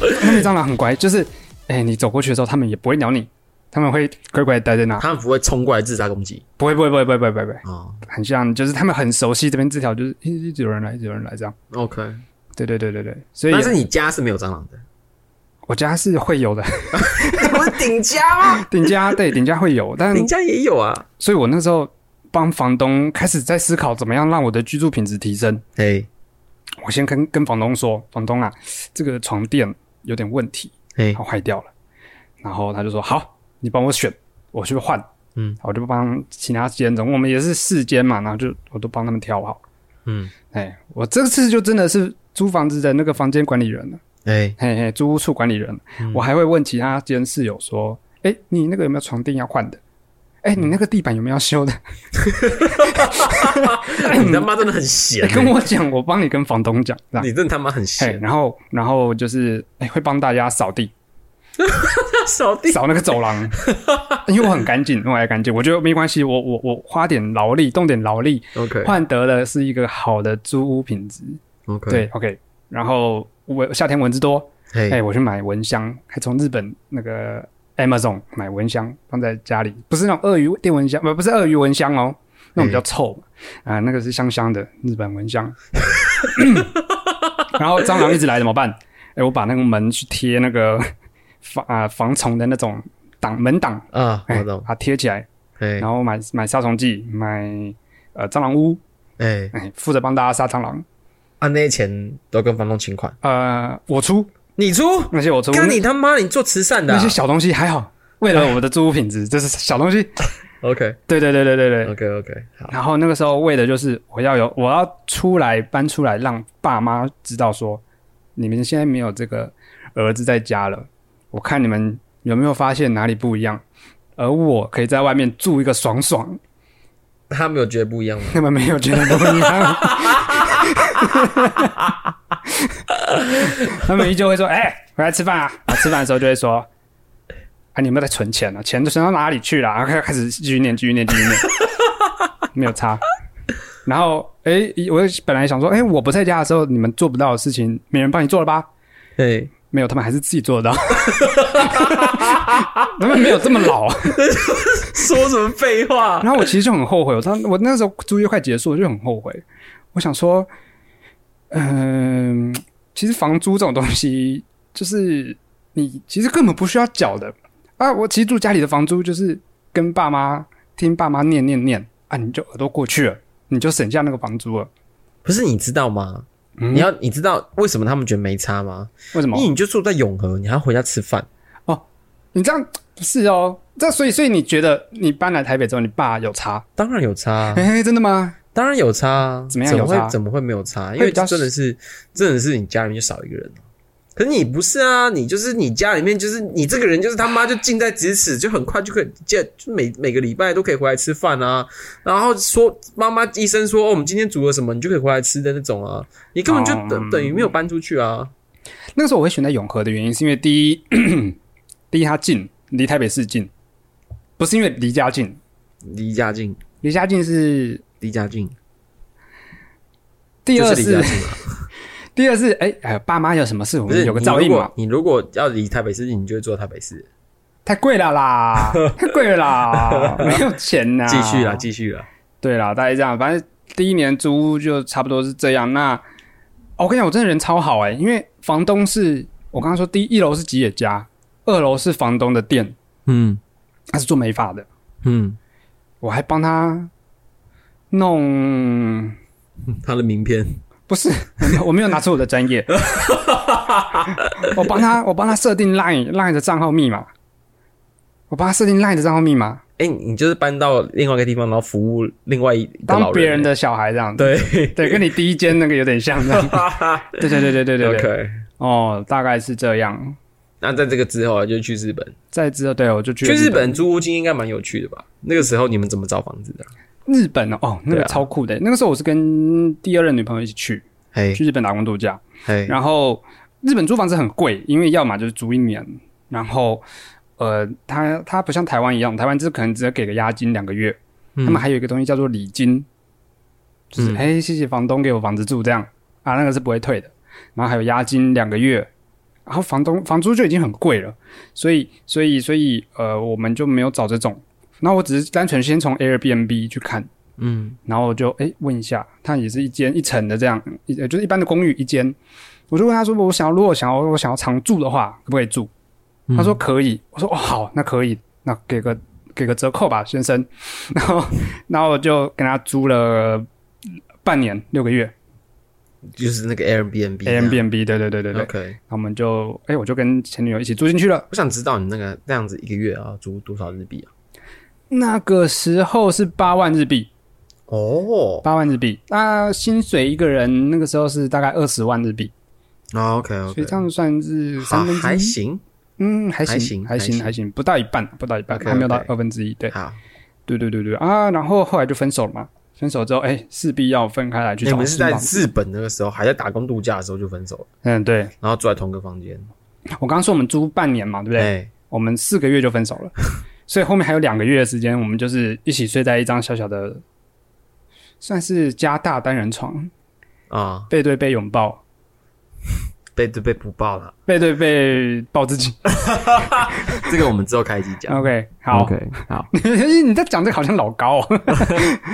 那边蟑螂很乖，就是哎、你走过去的时候，他们也不会鸟你，他们会乖乖地待在那，他们不会冲过来自杀攻击不会不会不会不会不会不会不会，啊。很像就是他们很熟悉这边这条，就是、欸、有人来有人来这样。 OK，对对对对对，所以但是你家是没有蟑螂的，我家是会有的， 不是顶家吗？顶家对顶家会有，但顶家也有啊。所以我那时候帮房东开始在思考怎么样让我的居住品质提升。嘿，我先跟跟房东说，房东啊，这个床垫有点问题，嘿，它坏掉了。然后他就说好，你帮我选，我去换。嗯，我就帮其他间总，我们也是四间嘛，然后就我都帮他们挑好。嗯，哎，我这次就真的是租房子的那个房间管理人了，哎，嘿嘿，租屋处管理人，嗯我还会问其他间室友说，哎、你那个有没有床垫要换的？哎、你那个地板有没有要修的？你他妈真的很闲哎 欸，跟我讲，我帮你跟房东讲，这样。你真的他妈很嘿，闲，然后然后就是哎、会帮大家扫地，扫地扫那个走廊，因为我很干净，我爱干净，我觉得没关系，我我我花点劳力，动点劳力， OK 换得的是一个好的租屋品质。 OK，对，OK。然后我夏天蚊子多，哎、嘿，我去买蚊香，还从日本那个 Amazon 买蚊香放在家里，不是那种鳄鱼电蚊香，不不是鳄鱼蚊香哦，那种比较臭嘛啊、那个是香香的日本蚊香。 然后蟑螂一直来怎么办？哎、我把那个门去贴那个防啊、防虫的那种挡门挡，啊，哎、我懂，把它贴起来，哎然后买买杀虫剂，买呃蟑螂屋，哎，哎、负责帮大家杀蟑螂。按啊那些钱都跟房东请款，呃，我出你出，那嗯些我出，干你他妈，你做慈善的那啊些小东西还好，为了我的住屋品质，这是小东西。 ？OK 对对对对对对。 OK OK，好，然后那个时候为的就是我要有，我要出来搬出来，让爸妈知道说，你们现在没有这个儿子在家了，我看你们有没有发现哪里不一样。而我可以在外面住一个爽爽，他没有觉得不一样吗？你们没有觉得不一样？ 他们依旧会说：“哎、回来吃饭啊！”然后吃饭的时候就会说：“啊，你有没有在存钱啊？钱都存到哪里去了？”然后开开始继续念，继续念，继续念， 没有差。然后，哎、我本来想说，哎、我不在家的时候，你们做不到的事情，没人帮你做了吧？嘿，没有，他们还是自己做 得到。他们没有这么老。 说什么废话？ 然后我其实就很后悔，我当我那时候租约快结束，我就很后悔。我想说，嗯、其实房租这种东西，就是你其实根本不需要缴的啊。我其实住家里的房租就是跟爸妈听爸妈念念念啊，你就耳朵过去了，你就省下那个房租了。不是你知道吗？嗯你要你知道为什么他们觉得没差吗？为什因么？为你就住在永和，你还要回家吃饭。你这样是哦，这所以所以你觉得你搬来台北之后，你爸有差？当然有差啊、哎、真的吗？当然有差啊，怎么样有差会怎么会没有差？因会为比较真的是，真的是你家里面就少一个人啊可是你不是啊，你就是你家里面就是你这个人就是他妈就近在咫尺，就很快就可以见，就每每个礼拜都可以回来吃饭啊。然后说妈妈医生说哦，我们今天煮了什么，你就可以回来吃的那种啊。你根本就哦等、等于没有搬出去啊。那个时候我会选在永和的原因，是因为第一， 第一它近，离台北市近，不是因为离家近，离家近，离家近是离家近，第就二是离家是近 啊。第二是哎哎呀，爸妈有什么事我不们是有个照应嘛，你如果你如果要离台北市近，你就会做台北市。太贵了 啦，太贵了啦，没有钱呐、继续啦，继续啦。对啦，大概这样，反正第一年租屋就差不多是这样。那、哦我跟你讲，我真的人超好哎、因为房东是我刚刚说第一楼是吉野家，二楼是房东的店，嗯他是做美发的，嗯，我还帮他弄，嗯他的名片。不是， 我没有拿出我的专 业，我帮他，我帮他设定 Line Line 的账号密码，我帮他设定 Line 的账号密码，哎、你就是搬到另外一个地方，然后服务另外一个当老别人人的小孩这样子，对对，跟你第一间那个有点像这 样，对对对对对对对， OK。哦，大概是这样。那在这个之后啊，就去日本。再之后，对我就去去了日日本租屋经应该蛮有趣的吧？那个时候你们怎么找房子的？日本哦，哦那对个啊超酷的、那个时候我是跟第二任女朋友一起去嘿，去日本打工度假，嘿，然后日本租房子很贵，因为要么就是租一年，然后呃，它它不像台湾一样，台湾就是可能只要给个押金两个月，嗯他们还有一个东西叫做礼金，就是嗯哎、谢谢房东给我房子住这样啊，那个是不会退的，然后还有押金两个月然后房东房租就已经很贵了，所以所以所以呃，我们就没有找这种。那我只是单纯先从 Airbnb 去看，嗯，然后我就哎问一下，它也是一间一层的这样，一呃就是一般的公寓一间。我就问他说，我想要如果想要我想要常住的话，可不可以住？嗯他说可以。我说哦好，那可以，那给个给个折扣吧，先生。 然后然后我就跟他租了半年六个啊月就是那个 Airbnb 这样 Airbnb，对对对对对。 OK，那我们就哎我就跟前女友一起住进去了。我想知道你那个那样子一个月啊，租多少日币啊？那个时候是八万日币，哦，八万日币。那薪水一个人那个时候是大概二十万日币，那 OK 所 OK，以这样算是三分之啊还一。行，嗯，还还行，行还还行，行还行，不到一半，不到一半， OK，OK 还没有到二分之一。对，好，对，对，对，对啊。然后后来就分手了嘛。分手之后，哎，势必要分开来去你找哎们是在新房。日本那个时候还在打工度假的时候就分手了，嗯，对，然后住在同个房间，哎我刚刚说我们租半年嘛，对不对？对，我们四个月就分手了，所以后面还有两个月的时间，我们就是一起睡在一张小小的，算是加大单人床，啊，背对背拥抱，被被被不报 了，背对背抱自己。这个我们之后开机讲 OK，好 OK，好， 你在讲这个好像老高、哦。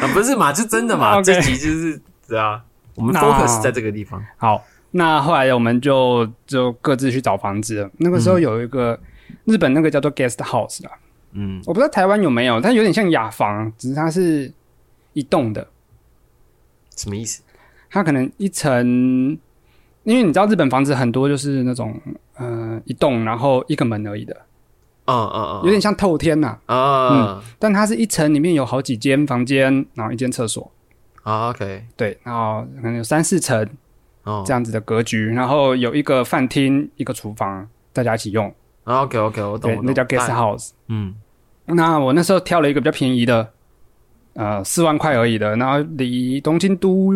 啊，不是嘛，就真的嘛， OK 这集就是对啊，我们那 focus 在这个地方，好，那后来我们就就各自去找房子了。那个时候有一个、日本那个叫做 guest house 啦，嗯，我不知道台湾有没有，但有点像雅房，只是它是一栋的，什么意思？它可能一层。因为你知道日本房子很多就是那种，呃，一栋然后一个门而已的，啊啊啊，有点嗯像透天呐、啊但它是一层里面有好几间房间，然后一间厕所，啊，OK，对，然后可能有三四层，哦这样子的格局，然后有一个饭厅，一个厨房，大家一起用， ，OK OK，我啊懂，对我，懂那叫 guest 哎 house。嗯，那我那时候挑了一个比较便宜的，呃，四万块而已的，然后离东京都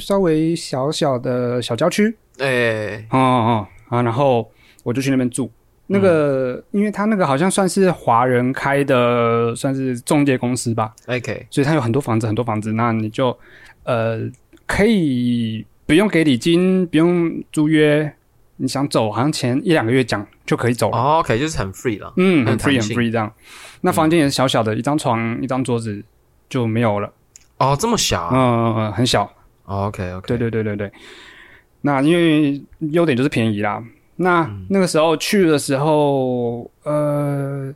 稍微小小的小郊区，哎，哦哦哦啊，然后我就去那边住。那个，因为他那个好像算是华人开的，算是中介公司吧，哎 OK，所以他有很多房子，很多房子，那你就呃可以不用给礼金，不用租约，你想走，好像前一两个月讲就可以走了。哦，OK，就是很 free 了。嗯，很很 free 弹很性 free 这样。那房间也是小小的，一张床、一张桌子就没有了，哦，这么小嗯、啊哦嗯嗯，很小。 ？OK OK，对对对对对。那因为优点就是便宜啦。那、那个时候去的时候，呃，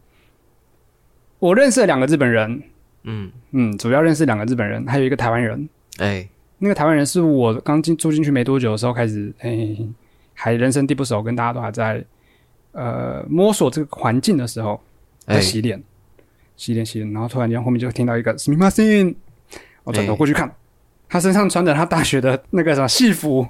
我认识了两个日本人，嗯，嗯，主要认识两个日本人，还有一个台湾人。哎，那个台湾人是我刚进住进去没多久的时候开始，哎、还人生地不熟，跟大家都还在呃摸索这个环境的时候，在哎洗脸，洗脸洗脸，然后突然间后面就听到一个 s m i m a s e n 我哎转头过去看，他身上穿着他大学的那个什么戏 服，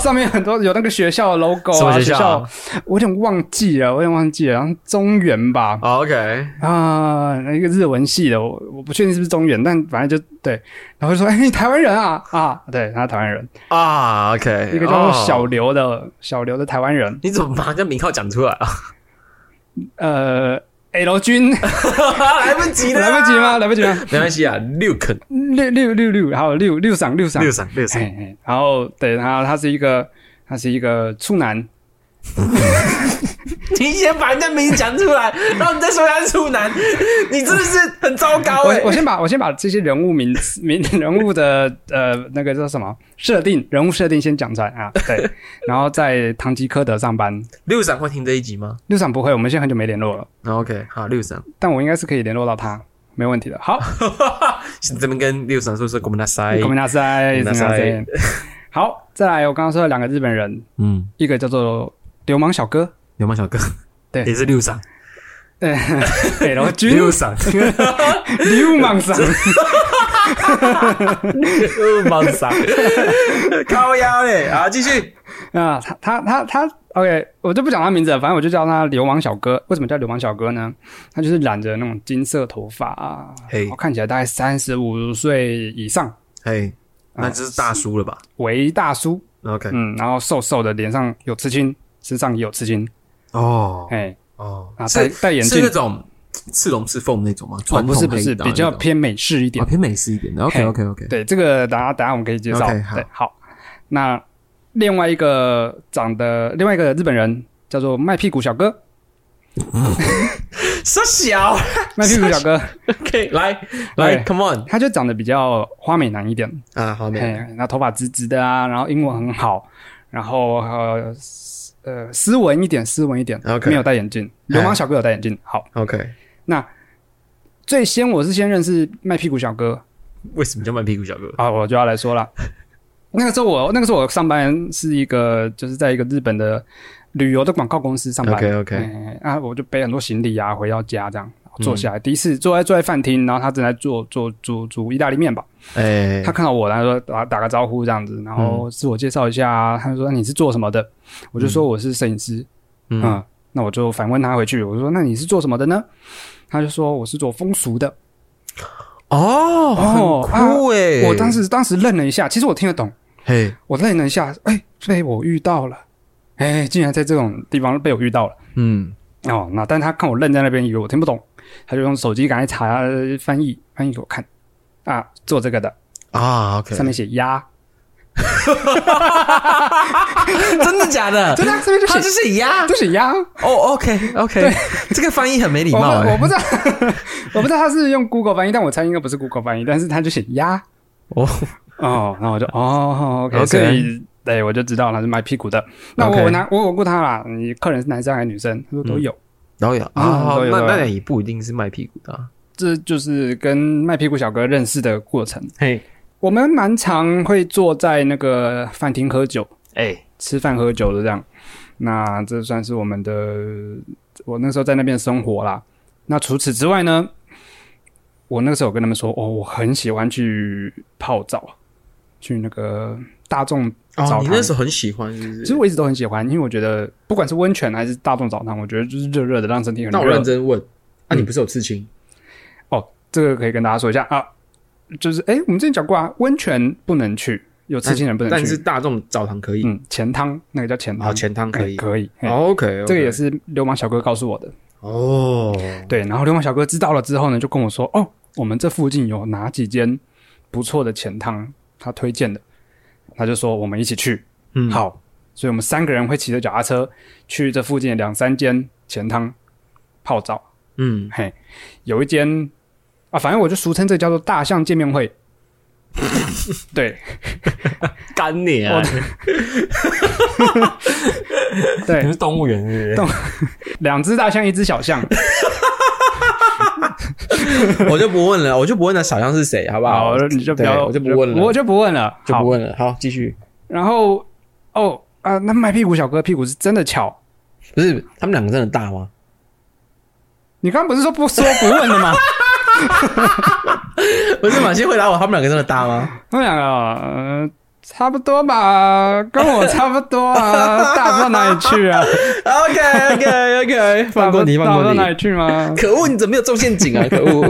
上面有很多有那个学校的 logo 什啊，么学校校啊我有点忘记了，我有点忘记了，然后中原吧，哦 OK，啊，那个日文系的，我我不确定是不是中原，但反正就对，然后就说，哎、你台湾人啊啊，对，他台湾人，啊，OK，一个叫做哦小刘的、小刘的台湾人，你怎么把人家名号讲出来啊？呃，L 君，来不及了， 来不及？吗？来不及吗？没关系啊，六肯六六六六，还有六六赏六赏六，闪六闪，嘿嘿，然后对他，他是一个他是一个处男， 你先把人家名讲出来，然后你再说他是处 男，你真的是很糟糕哎我我！先把我先把这些人物名字名 人物的呃那个叫什么设定人物设定先讲出来啊， 对，然后在唐吉诃德上班。六闪会听这一集吗六场不会，我们现在很久没联络了，哦？OK，好，六闪，但我应该是可以联络到他，没问题的。好，这边跟六闪说说，我们那塞ご，めんなさい，ごめんなさ い好，再来，我刚刚说了两个日本人，嗯，一个叫做流氓小哥， 流氓小哥，对也是六闪，北 楼君，六 闪，流氓上，流氓 闪，高啊腰嘞，好，继续，啊，他他他他，OK，我就不讲他名字了，反正我就叫他流氓小哥。为什么叫流氓小哥呢？他就是染着那种金色头发啊，嘿然后看起来大概三十五岁以上嘿，那就是大叔了吧为大叔， ？OK，嗯，然后瘦瘦的，脸上有刺青，身上也有刺青，哦哎，哦啊，戴是戴眼是镜那，种刺龙刺凤那种吗？哦，传不统是不黑是，道比较那种偏美式一点。啊偏美式一点的。嘿 OK OK OK，对，这个等下等下我们可以介绍。 OK，好对，好，那另外一个长得另外一个日本人叫做卖屁股小哥，傻小卖屁股小 哥， ，OK，来来对，Come on 他就长得比较花美男一点，啊，好美，嘿，那头发直直的啊，然后英文很好，然后呃斯呃斯文一点，斯文一点 OK 没有戴眼镜。流氓小哥有戴眼镜。好， OK，最先我是先认识卖屁股小哥为什么叫卖屁股小哥？啊，我就要来说了。那个时候我那个时候我上班是一个就是在一个日本的旅游的广告公司上班 OK，OK 哎啊我就背很多行李啊回到家这样坐下来，第一次坐在坐在饭厅，然后他正在做做煮煮意大利面吧，哎他看到我，然后说打打个招呼这样子，然后自我介绍一下啊，他就说那你是做什么的？我就说我是摄影师，嗯嗯那我就反问他回去，我就说那你是做什么的呢？他就说我是做风俗的，哦，哦很酷哎，我当时当时愣了一下，其实我听得懂，嘿，我愣了一下，哎，被我遇到了，哎，竟然在这种地方被我遇到了。嗯哦，那但他看我愣在那边，以为我听不懂，他就用手机赶快查翻译，翻译给我看，啊，做这个的，啊，OK，上面写鸭， 真的假的？ 真的啊上面 就他写就是鸭就写鸭，哦，OK OK，这个翻译很没礼我貌不我哎，不知道， 我不知道他是用 Google 翻译，但我猜应该不是 Google 翻译，但是他就写鸭哦哦，然后我就哦 OK，, OK 所以对我就知道他是卖屁股的。那我 OK 问他，我问过他啦，你客人是男生还是女生？他说都有，导演嗯啊，都有那都有那也不一定是卖屁股的啊，这就是跟卖屁股小哥认识的过程。嘿，我们蛮常会坐在那个饭厅喝酒、哎，吃饭喝酒的这样，那这算是我们的我那时候在那边生活啦。那除此之外呢，我那时候有跟他们说，哦，我很喜欢去泡澡，去那个大众哦澡堂。，你那时候很喜欢是其不实是？我一直都很喜欢，因为我觉得不管是温泉还是大众澡堂，我觉得就是热热的，让身体很那我热嗯认。真问，啊，你不是有刺青？这个可以跟大家说一下啊，就是哎，我们之前讲过啊，温泉不能去，有刺青人不能去。但是大众澡堂可以，嗯，钱汤那个叫钱啊，汤，前汤哎可以。哦可以。哎 OK，这个也是流氓小哥告诉我的。哦，对，然后流氓小哥知道了之后呢，就跟我说：“哦，我们这附近有哪几间不错的钱汤，他推荐的。”他就说我们一起去。嗯，好，所以我们三个人会骑着脚踏车去这附近的两三间钱汤泡澡。嗯，嘿，有一间啊，反正我就俗称这个叫做大象见面 会。对干你啊！对你，是动物园是不是？动两只大象，一只小象。 我就不问了，我就不问了，小象是谁，好不 好？好，你就不要，对我就不问了，我就不问了。就好不问了。好，继续。然后哦啊，那卖屁股小哥屁股是真的翘。不是他们两个真的 大吗？你刚刚不是说不说不问 的吗？不是嘛，先回答我，他们两个真的大吗？他们两个呃，差不多吧，跟我差不多啊，大不到哪里去啊， OK OK OK，放过你，大放不大不过到哪你。里去 吗？可恶，你怎么没有中陷阱啊？可 恶！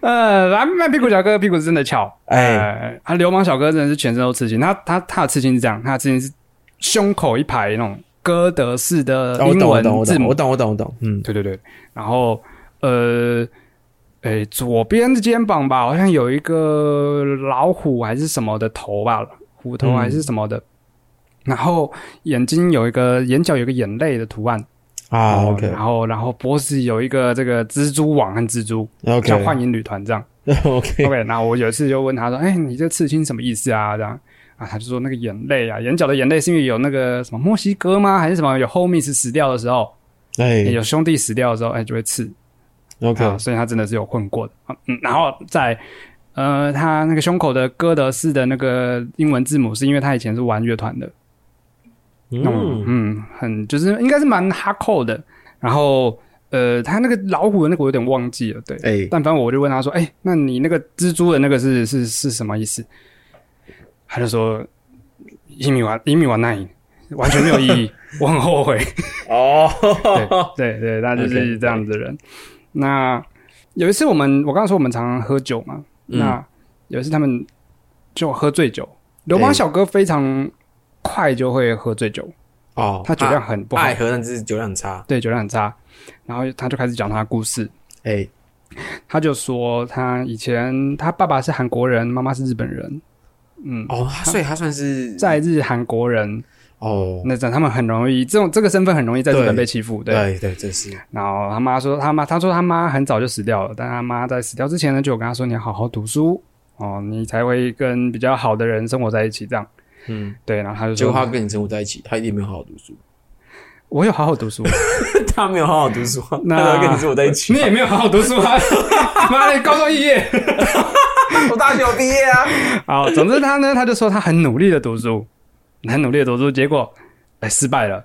呃，啊卖屁股小哥屁股是真的翘，哎哎，他流氓小哥真的是全身都刺青，他他他的刺青是这样，他的刺青是胸口一排那种哥德式的哦我呃英懂，我文懂，我字懂，母我懂，我懂，我懂。嗯，对对对，然后呃，诶，左边的肩膀吧，好像有一个老虎还是什么的头吧，虎头还是嗯什么的。然后眼睛有一个眼角有一个眼泪的图案啊然后，OK 然后然后脖子有一个这个蜘蛛网和蜘蛛， OK 像幻影旅团这样。 OK， OK，然后我有一次就问他说：“哎，你这刺青什么意思啊？”这样啊，他就说那个眼泪啊，眼角的眼泪是因为有那个什么墨西哥吗？还是什么有 homies 死掉的时候，哎有兄弟死掉的时候，哎，就会刺。啊， ，OK，所以他真的是有混过的。啊嗯，然后在呃，他那个胸口的哥德式的那个英文字母，是因为他以前是玩乐团的，那种嗯，嗯，很就是应该是蛮哈扣的。然后呃，他那个老虎的那个我有点忘记了，对。哎，但反正我就问他说：“哎、那你那个蜘蛛的那个是是是什么意思？”他就说：“一米完一米完那完全没有意义，我很后悔。” 哦， 对对，他就 OK，是这样子的人。那有一次我们，我刚刚说我们常常喝酒嘛，嗯那有一次他们就喝醉酒，流氓哎小哥非常快就会喝醉酒，哦，他酒量很不好，爱河但是酒量很差，对酒量很差，然后他就开始讲他的故事。哎，他就说他以前他爸爸是韩国人，妈妈是日本人，嗯，哦，他所以他算是在日韩国人哦，那种，他们很容易这种这个身份很容易在日本对被欺负，对。对对，这是然后他妈说他妈，他说他妈很早就死掉了，但他妈在死掉之前呢，就有跟他说你要好好读书哦，你才会跟比较好的人生活在一起这样。嗯，对，然后他就结果他说，跟你生活在一起，他一定没有好好读书，我有好好读书， 他没有好好读 书啊，那他才 会跟你生活在一起你。也没有好好读书啊，妈的，高中毕业。我大学有毕业啊，好，总之他呢，他就说他很努力的读书，很努力的读书，结果哎失败了，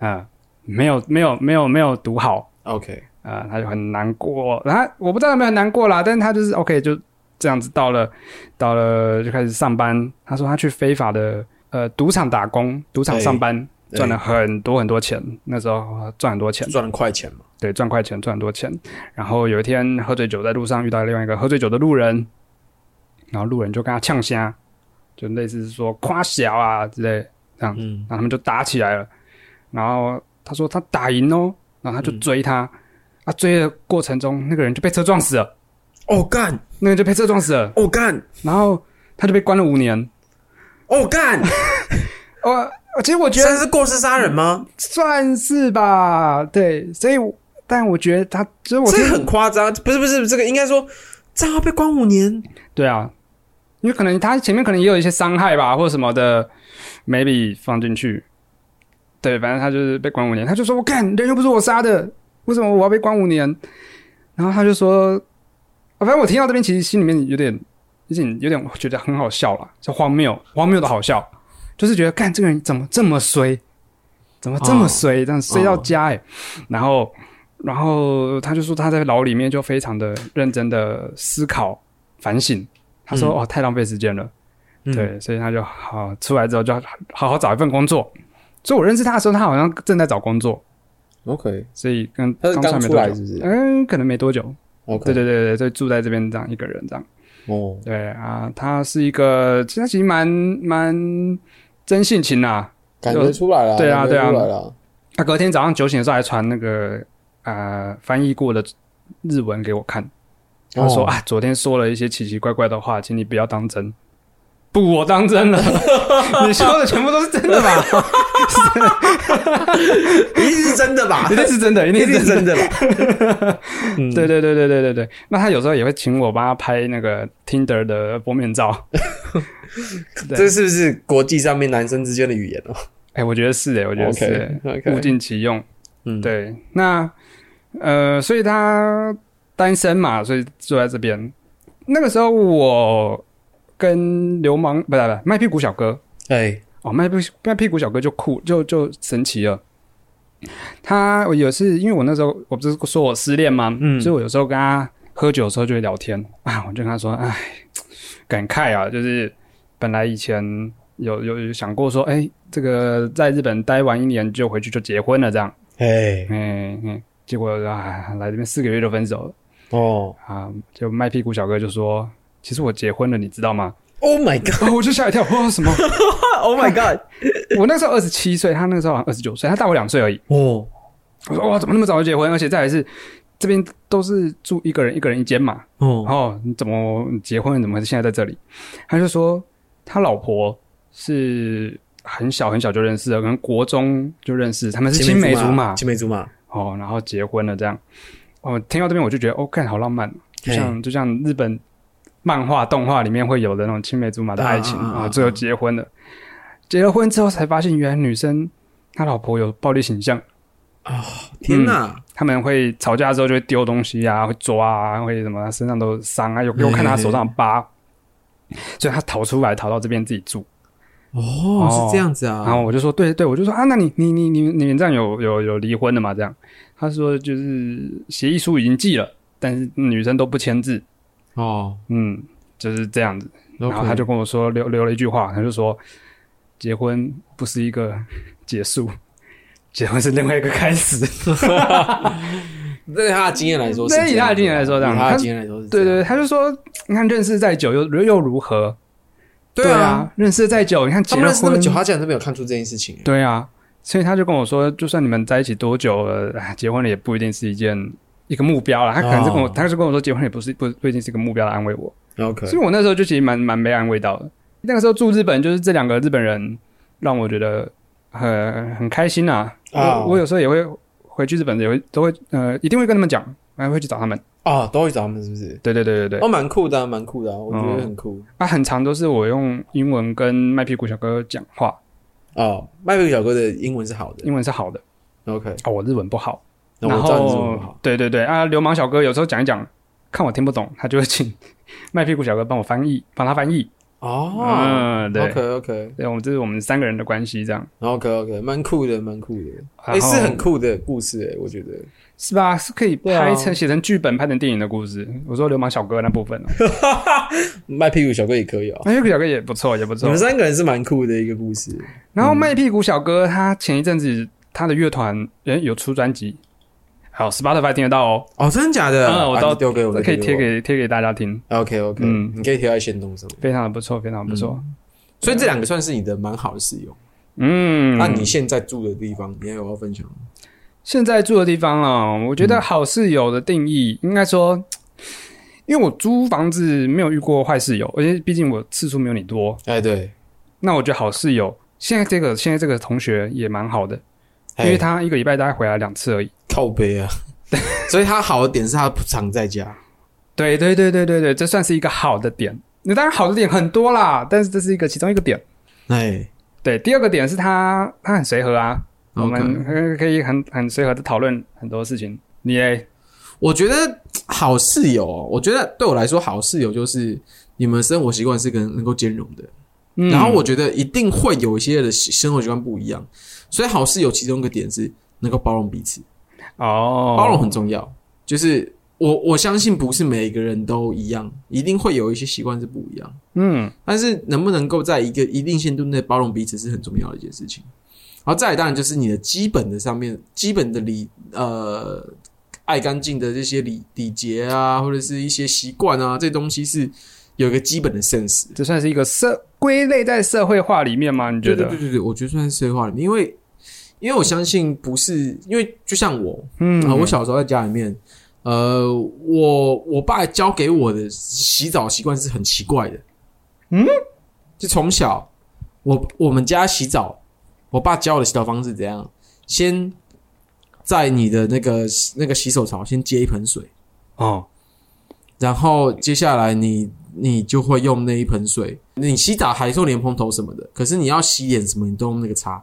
嗯、没有没有没有没有读好， OK，啊，他就很难过。然后我不知道有没有很难过啦，但是他就是 OK，就这样子到了，到了就开始上班。他说他去非法的呃赌场打工，赌场上班对赚了很多很多钱，那时候赚很多钱，赚了快钱嘛，对，赚快钱，赚很多钱。然后有一天喝醉酒，在路上遇到另外一个喝醉酒的路人，然后路人就跟他呛虾，就类似说夸小啊之类，这样，嗯然后他们就打起来了。然后他说他打赢哦，然后嗯他就追他，啊，追的过程中那个人就被车撞死了，哦干，那个人就被车撞死了，哦干，然后他就被关了五年。哦 干，哦，呃其实我觉得算是过失杀人吗？算是吧，对，所以我但我觉得他，所以我这听个很夸张，不是不是，这个应该说，这样要被关五年，对啊，因为可能他前面可能也有一些伤害吧，或者什么的，maybe 放进去。对，反正他就是被关五年，他就说：“我干，人又不是我杀的，为什么我要被关五年？”然后他就说：“啊反正我听到这边，其实心里面有点，有点，有点觉得很好笑啦，就荒谬，荒谬的好笑，就是觉得干这个人怎么这么衰，怎么这么衰，这样衰嗯到家哎、欸然后，然后他就说他在牢里面就非常的认真的思考反省，他说：“哦，太浪费时间了。嗯对，所以他就好出来之后就好好好找一份工作。所以我认识他的时候，他好像正在找工作， ，OK，所以跟他是刚刚没出多来久，是不是嗯，可能没多久。 ？OK，对对对对，所以住在这边这样一个人这样。对，哦，对啊，他是一个，其实他其实蛮蛮真性情啊。感觉出来了，对啊感觉对啊出来了，他隔天早上九点的时候还传那个呃翻译过的日文给我看，他说、哦 啊，昨天说了一些奇奇怪怪的话，请你不要当真。不，我当 真了，你说的全部都是真的吧？一定是真的吧一？定是真的， 一定一定是是真的。嗯真的吧？对对对对对对对。那他有时候也会请我帮他拍那个 Tinder 的封面照。对 这是不是国际上面男生之间的语言哦？哎、我觉得是哎、我觉得是、哎 OK，OK 物尽其用。嗯，，对，那呃，所以他单身嘛，所以住在这边。那个时候我跟流氓不是不是卖屁股小哥哎，哦，卖屁卖屁股小哥就酷就就神奇了。他我有次因为我那时候我不是说我失恋吗？嗯所以我有时候跟他喝酒的时候就会聊天啊，我就跟他说，哎，感慨啊，就是本来以前有有有想过说，哎，这个在日本待完一年就回去就结婚了这样。哎，哎、哎，结果啊，来这边四个月就分手了哦啊！就卖屁股小哥就说：“其实我结婚了，你知道吗，Oh my？” 啊、我就吓一跳，哇，什么？ Oh my god！我那时候二十七岁，他那个时候好像二十九岁，他大我两岁而已。 God，哦，我说：“哇，怎么那么早就结婚？而且再来是这边都是住一个人，一个人一间嘛。然哦，后你怎么你结婚？怎么现在在这里？”他就说他老婆是很小很小就认识的，可能国中就认识，他们是青梅竹马，青梅竹马，哦，然后结婚了这样。哦，听到这边我就觉得，哦，看好浪漫，就像就像日本漫画、动画里面会有的那种青梅竹马的爱情啊啊啊啊，最后结婚了。结了婚之后才发现，原来女生她老婆有暴力倾向，哦天哪！他们会吵架之后就会丢东西啊，会抓啊，会什么身上都有伤啊，有又看她手上的疤，所以她逃出来，逃到这边自己住。嗯哦哦是这样子然后啊。我就说，对对，我就说啊，那你你你你你们这样有有有离婚的嘛？这样，他说就是协议书已经寄了，但是女生都不签字，哦，嗯，就是这样子。然然后他就跟我说留留了一句话，他就说，结婚不是一个结束， 结婚是另外一个开 始。对他的经验来说是这样，对以他的经验来说这样以他的经验来说是这对样，对，对他就说，你看认识再久又又如何？对啊，啊，认识再久，你看结他了婚们认识那么久，他竟然都没有看出这件事情，对啊，所以他就跟我说，就算你们在一起多久了，哎结婚了也不一定是一件一个目标了。他可能是跟我，哦他就跟我说，结婚也不是不不一定是一个目标来安慰我。 OK，所以我那时候就其实蛮蛮被安慰到的。那个时候住日本，就是这两个日本人让我觉得很很开心啊。啊我我有时候也会回去日本，也会都会呃，一定会跟他们讲，然后会去找他们。啊，都会找他们是不是？对对对对对，哦，蛮酷的啊，蛮酷的啊，我觉得很酷啊，很长都是我用英文跟麦屁股小哥讲话，嗯哦。麦克小哥的英文是好的英文是好的，OK，啊，我日文不好。那然我知道你是文不后好对对对啊，流氓小哥有时候讲一讲，看我听不懂，他就会请 麦屁股小哥帮我翻译，帮他翻译。哦。嗯，对 OK OK 对，我们这是我们三个人的关系这样。 OK OK，蛮酷的，蛮酷的，哎，然后是很酷的故事哎，我觉得。是吧？是可以对啊拍成写、成剧本、拍成电影的故事。我说流氓小哥那部分哦，卖屁股小哥也可以哦。麦屁股小哥也不错，也不你错们。三个人是嗯蛮酷的一个故事然后卖屁股小哥他前一阵子他的乐团人有出专辑，好 Spotify 听得到哦，哦，真的假的？嗯我啊到你丢给我们，可以贴我。给贴给大家听， OK OK，嗯你可以贴在线动上面。非常的不错，非常的不错。所以这两个算是你的蛮好的室友。嗯，那你现在住的地方，你还有要分享吗？现在住的地方啊，我觉嗯得好室友的定义应该说，因为我租房子没有遇过坏室友，而且毕竟我次数没有你多，哎，对，那我觉得好室友。现在这个现在这个同学也蛮好的，因哎为他一个礼拜大概回来两次而已。靠背啊。 所以他好的点是他不常在家。对对对对对对，这算是一个好的点。那当然好的点很多啦，但是这是一个其中一个点。哎对，第二个点是他他很随和啊，我 OK 们可可以很很随和的讨论很多事情。你嘞我觉得好室友哦，我觉得对我来说，好室友就是你们生活习惯是跟能够兼容的。嗯然后我觉得一定会有一些人的生活习惯不一样，所以好室友其中一个点是能够包容彼此。哦，包容很重要。就是我我相信不是每一个人都一样，一定会有一些习惯是不一样。嗯但是能不能够在一个一定限度内包容彼此是很重要的一件事情。然后再来，当然就是你的基本的上面，基本的礼呃爱干净的这些礼礼节啊，或者是一些习惯啊，这东西是有一个基本的 sense。这算是一个社归类在社会化里面吗？你觉对得？对对对对，我觉得算是社会化里面，因为因为我相信不是，因为就像我，嗯啊、我小时候在家里面，呃，我我爸教给我的洗澡习惯是很奇怪的。嗯，就从小我我们家洗澡，我爸教我的洗澡方式怎样？先在你的那个那个洗手槽先接一盆水，哦，然后接下来你你就会用那一盆水。你洗澡还是用莲蓬头什么的，可是你要洗脸什么，你都用那个擦。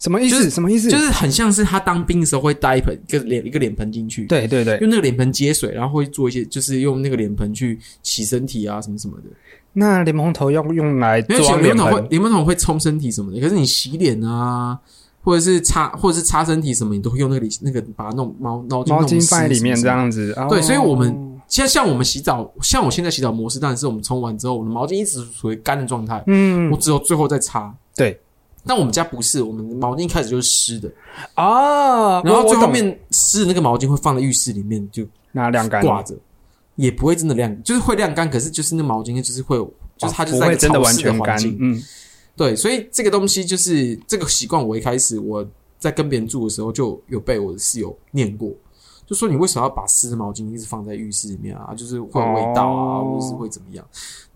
什么意思？就是什么意思？就是很像是他当兵的时候会带一盆一个脸一个脸盆进去，对对对，用那个脸盆接水，然后会做一些就是用那个脸盆去洗身体啊什么什么的。那柠檬头要用来因为洗装脸脸盆桶盆会，脸盆桶会冲身体什么的，可是你洗脸啊，或者是擦或者是擦身体什么，你都会用那个那个把它弄毛毛巾毛弄湿巾放在里面什么这什么。样子。哦对所以我们像像我们洗澡，像我现在洗澡模式，当然是我们冲完之后，我的毛巾一直处于干的状态，嗯我只有最后再擦。对，但我们家不是，我们毛巾一开始就是湿的，哦，然后我最后懂面湿的那个毛巾会放在浴室里面，就拿晾干挂着，也不会真的晾，就是会晾干，可是就是那毛巾就是哦会有，就是它就是不在一会个真潮完湿的全环干，境。嗯对，所以这个东西就是这个习惯，我一开始我在跟别人住的时候就有被我的室友念过，就说你为什么要把湿的毛巾一直放在浴室里面啊？就是会有味道啊，哦或者是会怎么样？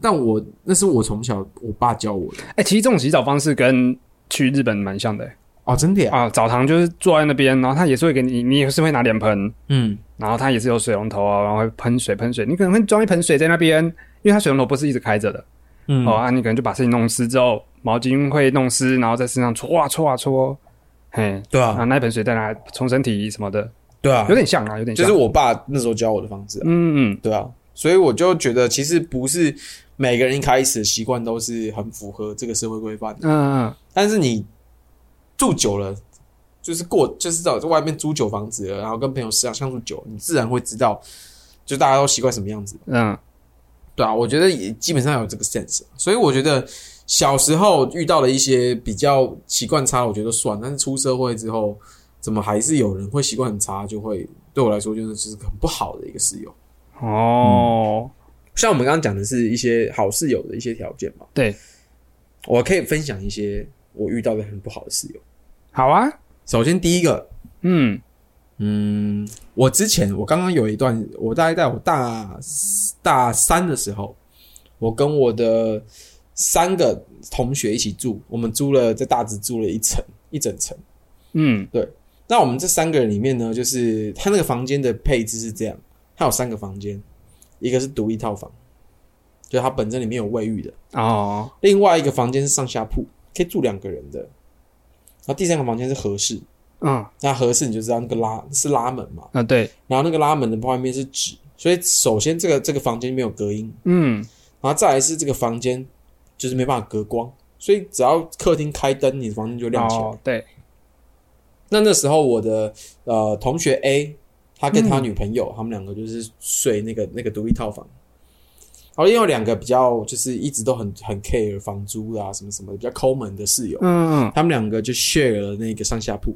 但我那是我从小我爸教我的哎、其实这种洗澡方式跟去日本蛮像的、哦，真的呀，啊。澡堂就是坐在那边，然后他也是会给你，你也是会拿脸盆，嗯，然后他也是有水龙头啊，然后会喷水喷水。你可能会装一盆水在那边，因为它水龙头不是一直开着的、嗯哦啊，你可能就把身体弄湿之后，毛巾会弄湿，然后在身上搓啊搓啊搓，嘿，对啊，，那一盆水再拿来冲身体什么的，对啊有点像啊，有点像。我爸那时候教我的方式嗯嗯，对啊，所以我就觉得其实不是每个人一开始的习惯都是很符合这个社会规范的，嗯嗯，但是你住久了，就是过就是在外面租久房子了，然后跟朋友时常相处久，你自然会知道，就大家都习惯什么样子。嗯，对啊，我觉得也基本上有这个 sense，所以啊我觉得小时候遇到了一些比较习惯差，我觉得算，但是出社会之后，怎么还是有人会习惯很差，就会对我来说就是就是很不好的一个室友。嗯哦，像我们刚刚讲的是一些好室友的一些条件嘛，对，我可以分享一些我遇到的很不好的室友。好啊，首先第一个，嗯，嗯，我之前我刚刚有一段，我大概在我大大三的时候，我跟我的三个同学一起住，我们租了在大直租了一层一整层。嗯那我们这三个人里面呢，就是他那个房间的配置是这样，他有三个房间，一个是独立套房，就是它本身里面有卫浴的；哦，另外一个房间是上下铺，可以住两个人的；然后第三个房间是合适，嗯那合适你就知道那个拉是拉门嘛，啊对，然后那个拉门的外面是纸，所以首先这个这个房间没有隔音，嗯然后再来是这个房间就是没办法隔光，所以只要客厅开灯，你的房间就亮起来。哦对，那那时候我的呃同学 A，他跟他女朋友，他们两个就是睡那个那个独立套房。然后因为有两个比较就是一直都很很 care 房租啊什么什么的比较抠门的室友，嗯他们两个就 share 了那个上下铺。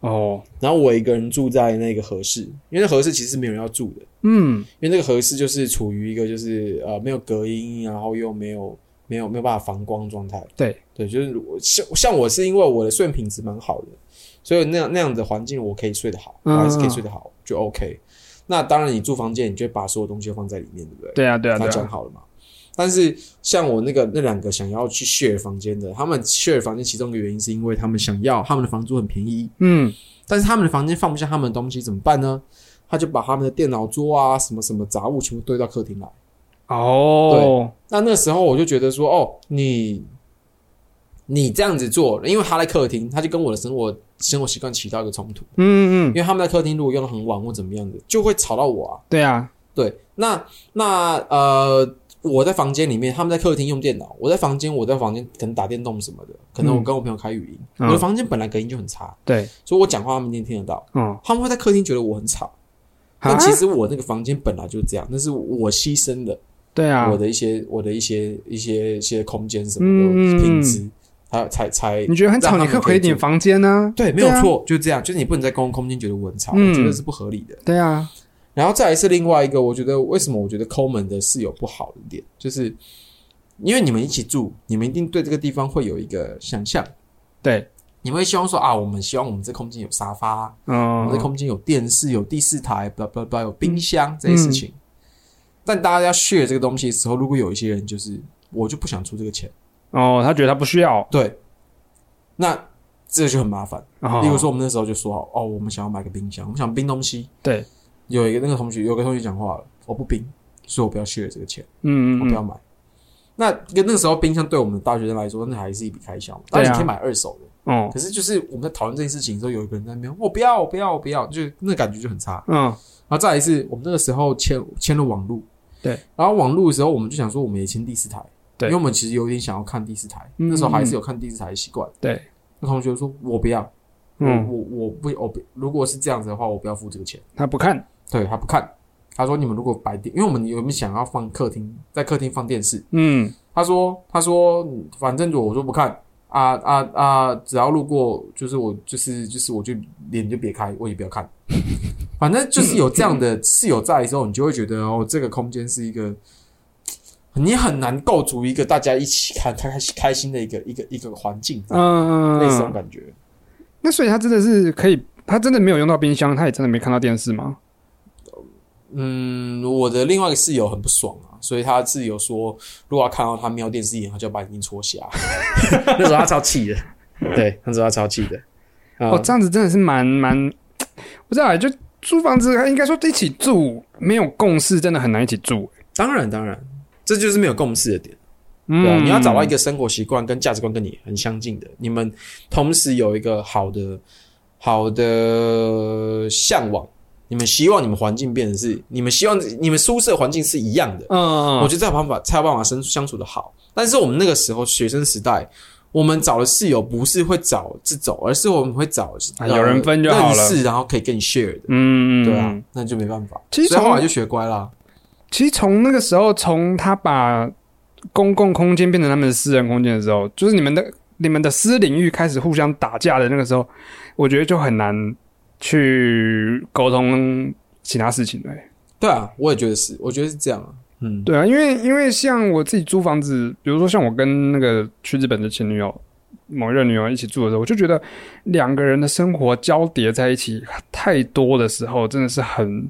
哦然后我一个人住在那个合适，因为那合适其实没有人要住的，嗯因为那个合适就是处于一个就是呃没有隔音，然后又没有没有没有办法防光状态。对对，就是我像像我是因为我的睡眠品质蛮好的，所以那样那样的环境我可以睡得好，我嗯还是可以睡得好，就 OK。那当然，你住房间，你就会把所有东西都放在里面，对不对？对啊对啊他对讲啊，好了嘛。但是像我那个那两个想要去 share 房间的，他们 share 房间其中一个原因是因为他们想要他们的房租很便宜，嗯但是他们的房间放不下他们的东西怎么办呢？他就把他们的电脑桌啊什么什么杂物全部堆到客厅来。哦那那时候我就觉得说，哦，你你这样子做，因为他在客厅，他就跟我的生活生活习惯起到一个冲突。嗯嗯因为他们在客厅如果用的很晚或怎么样的，就会吵到我啊。对啊对，那那呃，我在房间里面，他们在客厅用电脑，我在房间，我在房间可能打电动什么的，可能我跟我朋友开语音，嗯我的房间本来隔音就很差，对，所以我讲话他们一定听得到。嗯他们会在客厅觉得我很吵，啊但其实我那个房间本来就是这样，那是我牺牲的。对啊我，的一些我的一些一些一些空间什嗯么的品质，还有才才你觉得很吵，让他你们可以可以回你住房间呢，对，没有啊错，就是这样，就是你不能在公共空间觉得我很吵，嗯我觉得是不合理的。对啊，然后再来是另外一个，我觉得为什么我觉得抠门的室友不好的点，就是因为你们一起住，你们一定对这个地方会有一个想象，对，你们会希望说啊，我们希望我们这空间有沙发啊、我们这嗯空间有电视、有第四台、不不不有冰箱这些事情。但大家要 share 这个东西的时候，如果有一些人就是我就不想出这个钱，哦，他觉得他不需要，对，那这就很麻烦。哦例如说，我们那时候就说好，哦，我们想要买个冰箱，我们想冰东西。对，有一个那个同学，有个同学讲话了，我不冰，所以我不要 share 这个钱，嗯我不嗯要嗯买。那跟那个时候冰箱对我们大学生来说，那还是一笔开销嘛。当对啊然你可以买二手的，哦可是就是我们在讨论这件事情的时候，有一个人在那边，哦我不要，我不要，我不要，就那感觉就很差。嗯然后再来是我们那个时候签签了网路，对，然后网路的时候我们就想说我们也签第四台，对因为我们其实有点想要看第四台，嗯那时候还是有看第四台的习惯。对，那同学说我不要，嗯，我我我不我不，如果是这样子的话，我不要付这个钱。他不看，对他不看，他说你们如果白电，因为我们有没有想要放客厅，在客厅放电视，嗯他说他说嗯反正我就不看。啊啊啊！只要路过，就是我，就是就是，我就脸就别开，我也不要看。 反正就是有这样的室友在的时候，你就会觉得哦，这个空间是一个，你很难构筑一个大家一起看开开开心的一个一个一个环境，嗯嗯类似这种嗯，感觉。那所以他真的是可以，他真的没有用到冰箱，他也真的没看到电视吗？嗯，我的另外一个室友很不爽啊，所以他室友说，如果他看到他瞄电视一眼，他就要把眼睛戳 瞎。那时候他超 气的，对，那时候他超气的。呃啊、嗯哦，这样子真的是蛮蛮，不知道欸就租房子应该说一起住，没有共识真的很难一起住。当然当然，这就是没有共识的点。嗯，对、啊，你要找到一个生活习惯跟价值观跟你很相近的，你们同时有一个好的好的向往，你们希望你们环境变成是，你们希望你们宿舍环境是一样的，嗯，嗯，我嗯觉得才有办法才有办法生相处的好。但是我们那个时候学生时代，我们找的室友不是会找这种，而是我们会找、啊呃有人分就好了认识然后可以跟你 share 的，嗯，对啊，那就没办法。其实所以从后来就学乖啦。其实从那个时候，从他把公共空间变成他们的私人空间的时候，就是你们的你们的私领域开始互相打架的那个时候，我觉得就很难去沟通其他事情了欸、对啊，我也觉得是，我觉得是这样啊。嗯，对啊，因为因为像我自己租房子，比如说像我跟那个去日本的前女友，某一任女友一起住的时候，我就觉得两个人的生活交叠在一起太多的时候，真的是很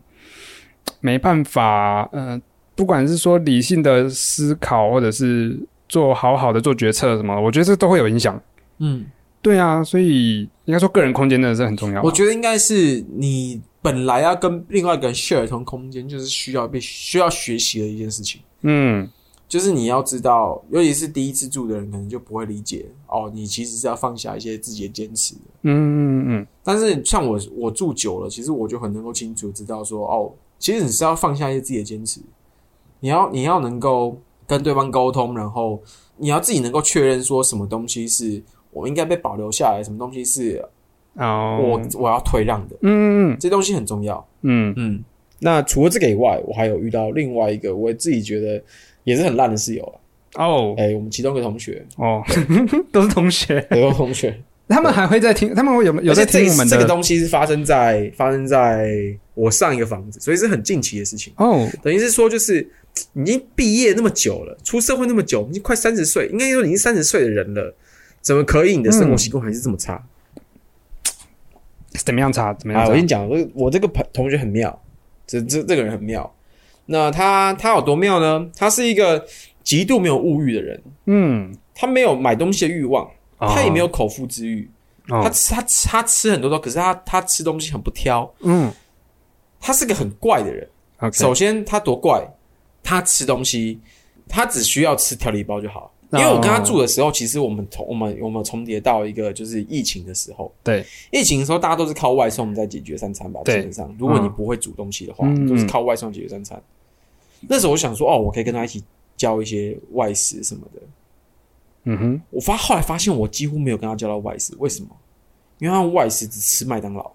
没办法。嗯、不管是说理性的思考，或者是做好好的做决策什么，我觉得这都会有影响。嗯，对啊，所以应该说个人空间真的是很重要啊。我觉得应该是你本来要跟另外一个人 share 同空间，就是需要被需要学习的一件事情。嗯，就是你要知道，尤其是第一次住的人，可能就不会理解哦，你其实是要放下一些自己的坚持的。嗯嗯嗯，但是像我，我住久了，其实我就很能够清楚知道说，哦，其实你是要放下一些自己的坚持，你要你要能够跟对方沟通，然后你要自己能够确认说什么东西是我应该被保留下来，什么东西是哦，我、我要退让的，嗯嗯这东西很重要。嗯嗯，那除了这个以外，我还有遇到另外一个我自己觉得也是很烂的室友了。啊哦哎、我们其中一个 同学，哦，都是同学，德国同学，他们还会在听，他们会有有在而且听我们这的、这个东西是发生在发生在我上一个房子，所以是很近期的事情。哦，等于是说，就是已经毕业那么久了，出社会那么久，已经快三十岁，应该说已经三十岁的人了，怎么可以你的生活习惯还是这么差？嗯怎么样查？怎么样啊，查？我跟你讲，我我这个朋同学很妙，这这这个人很妙。那他他有多妙呢？他是一个极度没有物欲的人，嗯，他没有买东西的欲望，哦他也没有口腹之欲。他哦，吃他吃他吃很多东西，可是他他吃东西很不挑。嗯他是个很怪的人。 ，OK，首先，他多怪，他吃东西，他只需要吃调理包就好。哦因为我跟他住的时候，其实我们同我们我们重叠到一个就是疫情的时候。对，疫情的时候大家都是靠外送在解决三餐吧，基对本上，如果你嗯不会煮东西的话，嗯都是靠外送解决三餐。那时候我想说，哦，我可以跟他一起教一些外食什么的。嗯哼，我发后来发现我几乎没有跟他教到外食，为什么？因为他外食只吃麦当劳，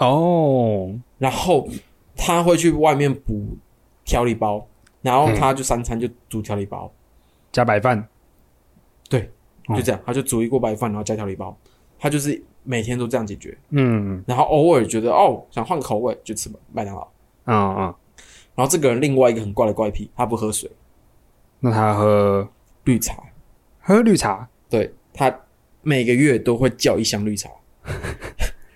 哦，然后他会去外面补调理包，然后他就三餐就煮调理包，加白饭，嗯就这样，他就煮一锅白饭，然后加调理包，他就是每天都这样解决。嗯，然后偶尔觉得哦想换口味就吃麦当劳。啊、啊、然后这个人另外一个很怪的怪癖，他不喝水，那他喝绿茶。喝绿茶，对他每个月都会叫一箱绿茶，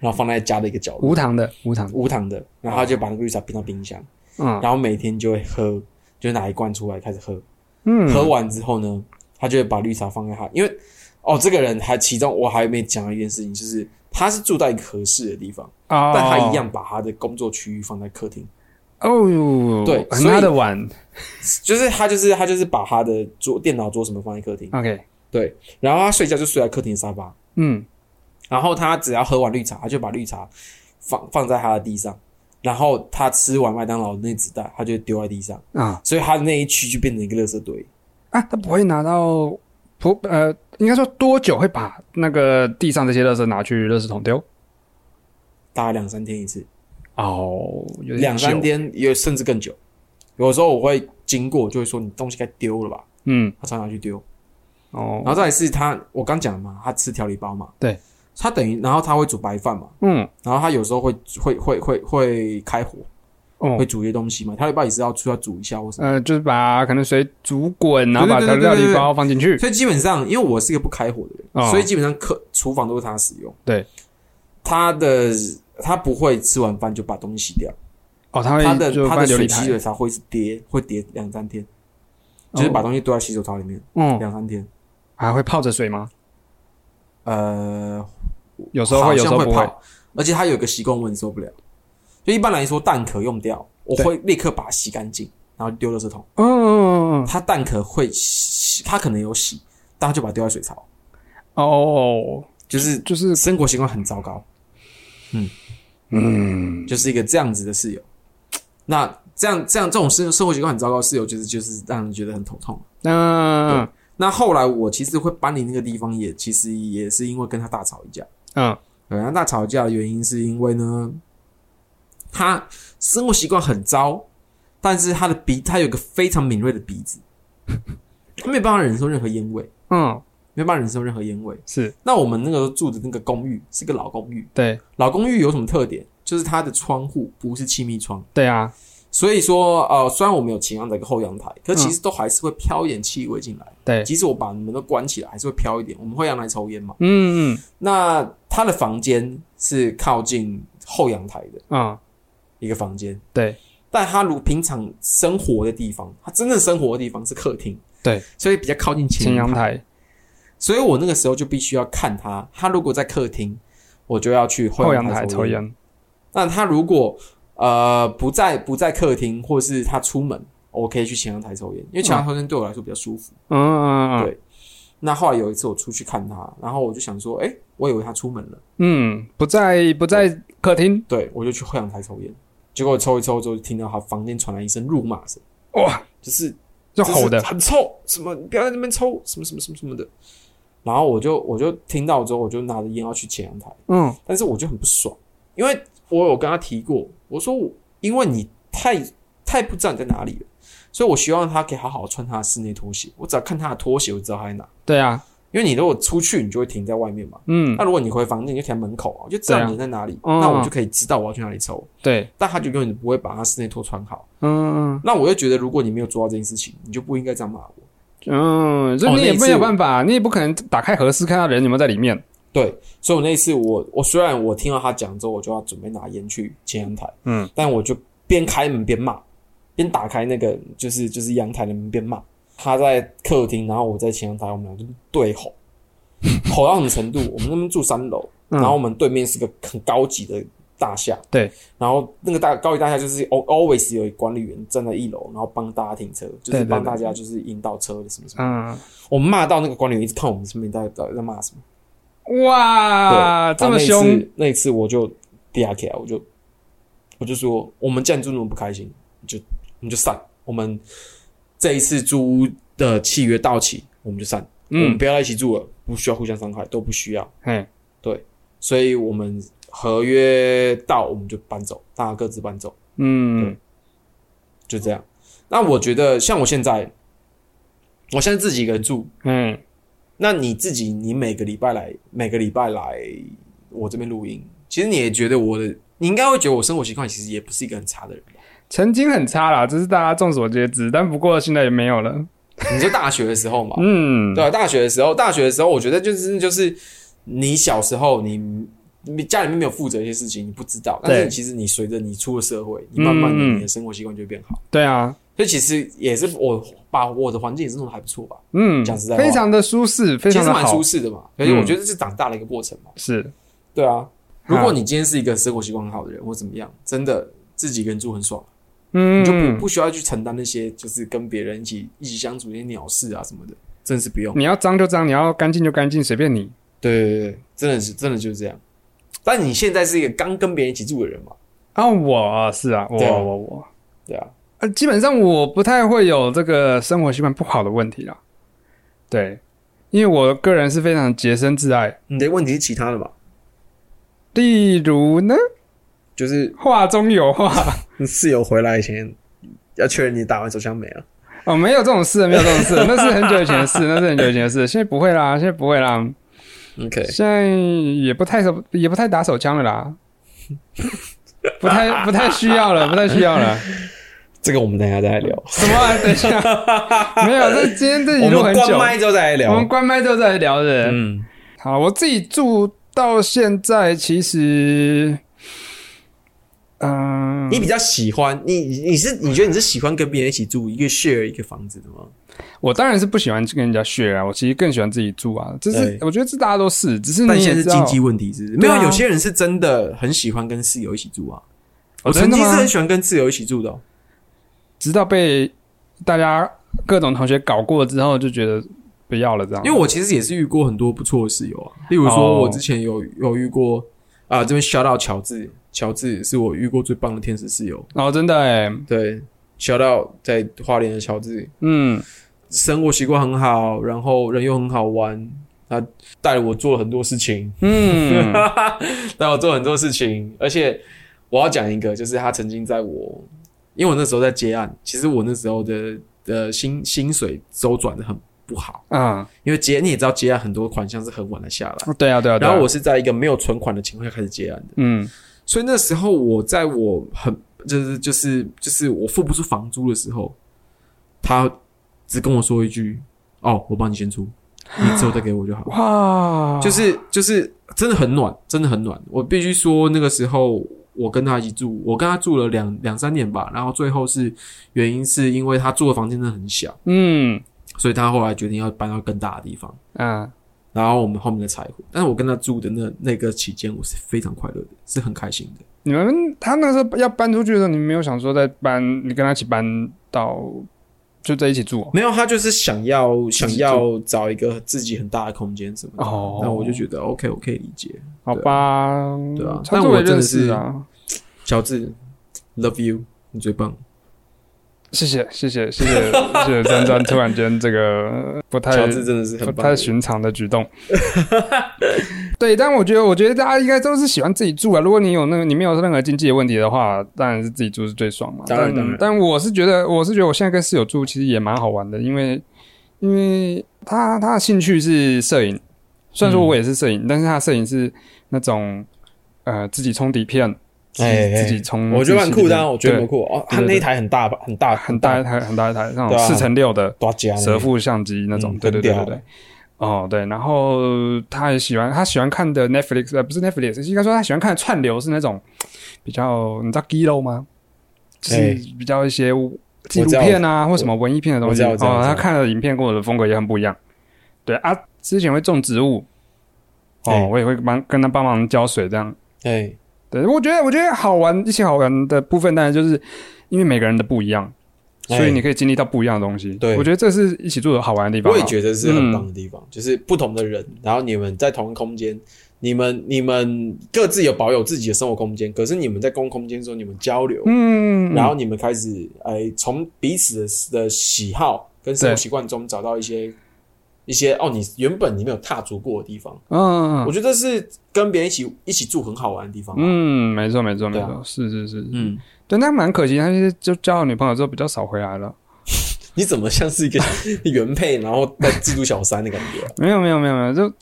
然后放在家的一个角落，无糖的，无糖的，无糖的。然后他就把那个绿茶冰到冰箱，嗯然后每天就会喝，就拿一罐出来开始喝。嗯，喝完之后呢，他就会把绿茶放在他，因为哦，这个人还其中我还没讲到一件事情，就是他是住在一个合适的地方，哦，但他一样把他的工作区域放在客厅。哦，对很所以大的碗就是他就是他就是把他的桌电脑桌什么放在客厅， ，OK，对，然后他睡觉就睡在客厅的沙发，嗯，然后他只要喝完绿茶，他就把绿茶放放在他的地上，然后他吃完麦当劳的那纸袋，他就丢在地上，啊所以他的那一区就变成一个垃圾堆。啊，他不会拿到不呃，应该说多久会把那个地上这些垃圾拿去垃圾桶丢？大概两三天一次，哦，有点两三久，天有甚至更久。有时候我会经过，就会说你东西该丢了吧，嗯，他常常去丢。哦然，后再来是他，我刚讲了嘛，他吃调理包嘛，对，他等于然后他会煮白饭嘛，嗯，然后他有时候会会会会会开火，哦会，煮一些东西嘛，调理包也是要出来煮一下或什么。呃，就是把可能水煮滚，然后把对调对对料对对理对包放进去。所以基本上，因为我是一个不开火的人，哦所以基本上客厨房都是他使用。对，他的他不会吃完饭就把东西洗掉，哦，他他会的就他放的在琉水璃洗水台，槽会是叠会叠两三天，就是哦把东西丢在洗手槽里面嗯，两三天。还会泡着水吗？呃，有时候好会，有时像候不会。泡，而且他有一个习惯我很受不了，就一般来说蛋壳用掉，我对会立刻把它洗干净，然后丢垃圾桶。嗯嗯嗯嗯他蛋壳会洗，他可能有洗，但他就把它丢在水槽，哦，就是就是生活习惯很糟糕。嗯，就是一个这样子的室友。那这样这样这种生生活习惯很糟糕的室友，就是就是让人觉得很头痛。那那后来我其实会搬离那个地方也，其实也是因为跟他大吵一架。嗯对，那大吵架的原因是因为呢，他生活习惯很糟，但是他的鼻他有一个非常敏锐的鼻子，他没办法忍受任何烟味，嗯，没办法忍受任何烟味。是那我们那个时候住的那个公寓是个老公寓，对老公寓有什么特点？就是它的窗户不是气密窗。对啊，所以说，呃，虽然我们有前阳台跟后阳台，可其实都还是会飘一点气味进来。对，即使我把门都关起来，还是会飘一点。我们后阳台抽烟嘛，嗯嗯那他的房间是靠近后阳台的啊、一个房间，对，但他如平常生活的地方，他真正生活的地方是客厅，对，所以比较靠近前前阳台。台所以我那个时候就必须要看他，他如果在客厅，我就要去后阳阳台抽抽。烟，那他如果呃不在不在客厅，或是他出门，我可以去前阳台抽烟，因为前阳台抽烟对我来说比较舒服。嗯嗯嗯对那后来有一次我出去看他，然后我就想说，哎、我以为他出门了，嗯，不在不在客厅，对我就去后阳台抽烟。结果我抽一抽之后，就听到他房间传来一声辱骂声，哇，就是就吼的就是，很臭，什么你不要在那边抽，什么什么什么什么的。然后我就我就听到之后，我就拿着烟要去前阳台，嗯但是我就很不爽，因为我有跟他提过，我说我因为你太太不知道你在哪里了，所以我希望他可以好好穿他的室内拖鞋。我只要看他的拖鞋，我就知道他在哪。对啊，因为你如果出去，你就会停在外面嘛。嗯那如果你回房间，你就停在门口啊，我就知对道啊你在哪里，嗯那我就可以知道我要去哪里抽。对，但他就永远不会把他室内拖穿好。嗯那我就觉得，如果你没有做到这件事情，你就不应该这样骂我。嗯嗯，就哦你也那一次没有办法，你也不可能打开合适看到人有没有在里面，对，所以我那一次我我虽然我听到他讲之后，我就要准备拿烟去前阳台，嗯，但我就边开门边骂，边打开那个就是就是阳台的门边骂。他在客厅，然后我在前阳台，我们俩就对吼，吼到什么程度？我们那边住三楼，嗯然后我们对面是个很高级的大厦，对，然后那个大高级大厦就是 al- always 有管理员站在一楼，然后帮大家停车，就对对是帮对大家就是引导车的什么什么。嗯，我们骂到那个管理员一直看我们身边在在在骂什么。哇，对啊这么然后那一凶，次，那一次我就嗲起来，我就我就说，我们既然住那么不开心，就我们就散，我们这一次租屋的契约到期，我们就散，我们嗯，不要在一起住了，不需要互相伤害，都不需要，嘿，所以我们合约到我们就搬走，大家各自搬走，嗯就这样。那我觉得，像我现在，我现在自己一个人住，嗯，那你自己，你每个礼拜来，每个礼拜来我这边录音，其实你也觉得我的，你应该会觉得我生活习惯其实也不是一个很差的人吧。 曾经很差啦，这是大家众所皆知，但不过现在也没有了，你说大学的时候嘛，嗯，对啊，大学的时候，大学的时候，我觉得就是就是你小时候你你家里面没有负责一些事情，你不知道，但是对其实你随着你出了社会，你慢慢的嗯嗯你的生活习惯就会变好，对啊，所以其实也是我把我的环境也是弄得还不错吧，嗯讲实在，话非常的舒适，非其常实的蛮好舒，适的嘛，而且我觉得这是长大的一个过程嘛。是，对啊，嗯如果你今天是一个生活习惯很好的人，或怎么样，真的自己一个人住很爽，嗯，你就不不需要去承担那些就是跟别人一起一起相处那些鸟事啊什么的，真的是不用。你要脏就脏，你要干净就干净，随便你。对对对，真的是真的就是这样。但你现在是一个刚跟别人一起住的人嘛，啊，我是啊，我对啊我我，对啊，呃，基本上我不太会有这个生活习惯不好的问题啦。对，因为我个人是非常洁身自爱，你的问题是其他的吧？例如呢，就是话中有话，你室友回来以前要确认你打完手枪没啊？哦，没有这种事，没有这种事， 那是很久以前的事，那是很久以前的事，现在不会啦，现在不会啦， OK，现在也不太手，也不太打手枪了啦， 不太不太需要了，不太需要了。这个我们等一下再来聊。什么、啊？等一下，没有，这今天嗯这一录我很们久，关麦之后再来我聊们。关麦之后再来聊的。嗯，好，我自己住到现在，其实，嗯、你比较喜欢你你是你觉得你是喜欢跟别人一起住一个 share 一个房子的吗？我当然是不喜欢跟人家 share 啊，我其实更喜欢自己住啊。这是对我觉得这大家都是，只是你嗯但也现知在是道经济问题，是不是？没对啊有，有些人是真的很喜欢跟室友一起住啊。哦我真曾的经吗是很喜欢跟室友一起住的哦、直到被大家各种同学搞过之后，就觉得不要了这样。因为我其实也是遇过很多不错的室友啊，例如哦说我之前有有遇过啊，这边 shout out 乔治，乔治是我遇过最棒的天使室友，哦，真的哎、对，shout out 在花莲的乔治，嗯，生活习惯很好，然后人又很好玩，他带我做了很多事情， 嗯带我做很多事情，而且我要讲一个，就是他曾经在我，因为我那时候在接案，其实我那时候的的薪薪水周转的很不好，啊，因为接你也知道接案很多款项是很晚才下来，对啊，对啊，对啊然后我是在一个没有存款的情况下开始接案的，嗯所以那时候我在我很就是就是就是我付不出房租的时候，他只跟我说一句：“哦，我帮你先出，你之后再给我就好。”哇，就是就是真的很暖，真的很暖。我必须说，那个时候我跟他一起住，我跟他住了两两三年吧。然后最后是原因是因为他住的房间真的很小，嗯所以他后来决定要搬到更大的地方。嗯，然后我们后面的柴火，但是我跟他住的那那个期间，我是非常快乐的，是很开心的。你们他那时候要搬出去的时候，你们没有想说再搬，你跟他一起搬到就在一起住哦没有，他就是想要己想要找一个自己很大的空间什么的。哦那我就觉得 OK，我可以理解。好吧？对啊他但作我为真的认识是啊，乔治，Love you，你最棒。谢谢谢谢谢谢 谢谢詹 詹，突然间这个不太乔治真的是不很棒的太人。寻常的 举动。对，但我觉得，我觉得大家应该都是喜欢自己住啊。如果你有那个，你没有任何经济的问题的话，当然是自己住是最爽嘛。当然但当然但我是觉得，我是觉得我现在跟室友住其实也蛮好玩的，因为因为他他的兴趣是摄影，虽然嗯说我也是摄影，但是他的摄影是那种呃自己冲底片，自己哎哎自己冲，我觉得蛮酷的嗯啊，自己我觉得对蛮酷哦。对他对那一台很大啊吧，很大很大一台很大一台那种对啊四乘六的，大家蛇腹相机那种，嗯对对对对很屌对。哦，对，然后他也喜欢，他喜欢看的 Netflix 呃，不是 Netflix，应该说他喜欢看的串流是那种比较，你知道 g i l o 吗？就是哎比较一些纪录片啊，或什么文艺片的东西。哦我知道我知道我，知他道看的影片跟我的风格也很不一样。对啊，之前会种植物，哦哎，我也会帮跟他帮忙浇水这样。哎，对，我觉得我觉得好玩一些好玩的部分，当然就是因为每个人的不一样，哎所以你可以经历到不一样的东西。对我觉得这是一起住的好玩的地方啊。我也觉得是很棒的地方，就是不同的人，然后你们在同一空间，你们你们各自有保有自己的生活空间，可是你们在公共空间的时候，你们交流，嗯，然后你们开始哎从彼此的的喜好跟生活习惯中找到一些一些哦，你原本你没有踏足过的地方，嗯我觉得是跟别人一起一起住很好玩的地方啊、嗯，没错没错没对啊错，是是是，嗯。对，那蛮可惜，他就是就交了女朋友之后比较少回来了。你怎么像是一个原配，然后在自助小三的感觉啊、没有没有没有没有，就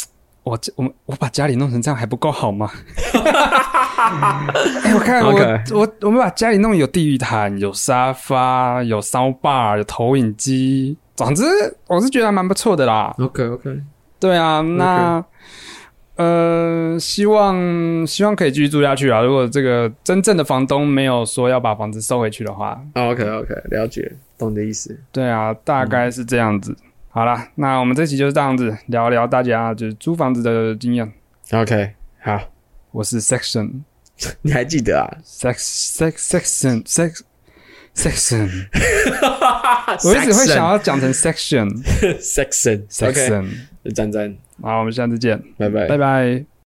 我这我们我把家里弄成这样还不够好吗？ 哎、我看我 OK 我我们把家里弄得有地狱毯，有沙发，有烧把，有投影机，总之我是觉得还蛮不错的啦。 OK OK，对啊，那呃，希望希望可以继续住下去啊。如果这个真正的房东没有说要把房子收回去的话， o OK OK，了解，懂你的意思。对啊，大概是这样子。好啦，那我们这期就是这样子聊聊大家就是租房子的经验。 OK，好，我是 section 你还记得啊？ sex sex section sex section，我一直会想要讲成 section section section。 OK，詹詹，好，我们下次见，拜拜拜。拜。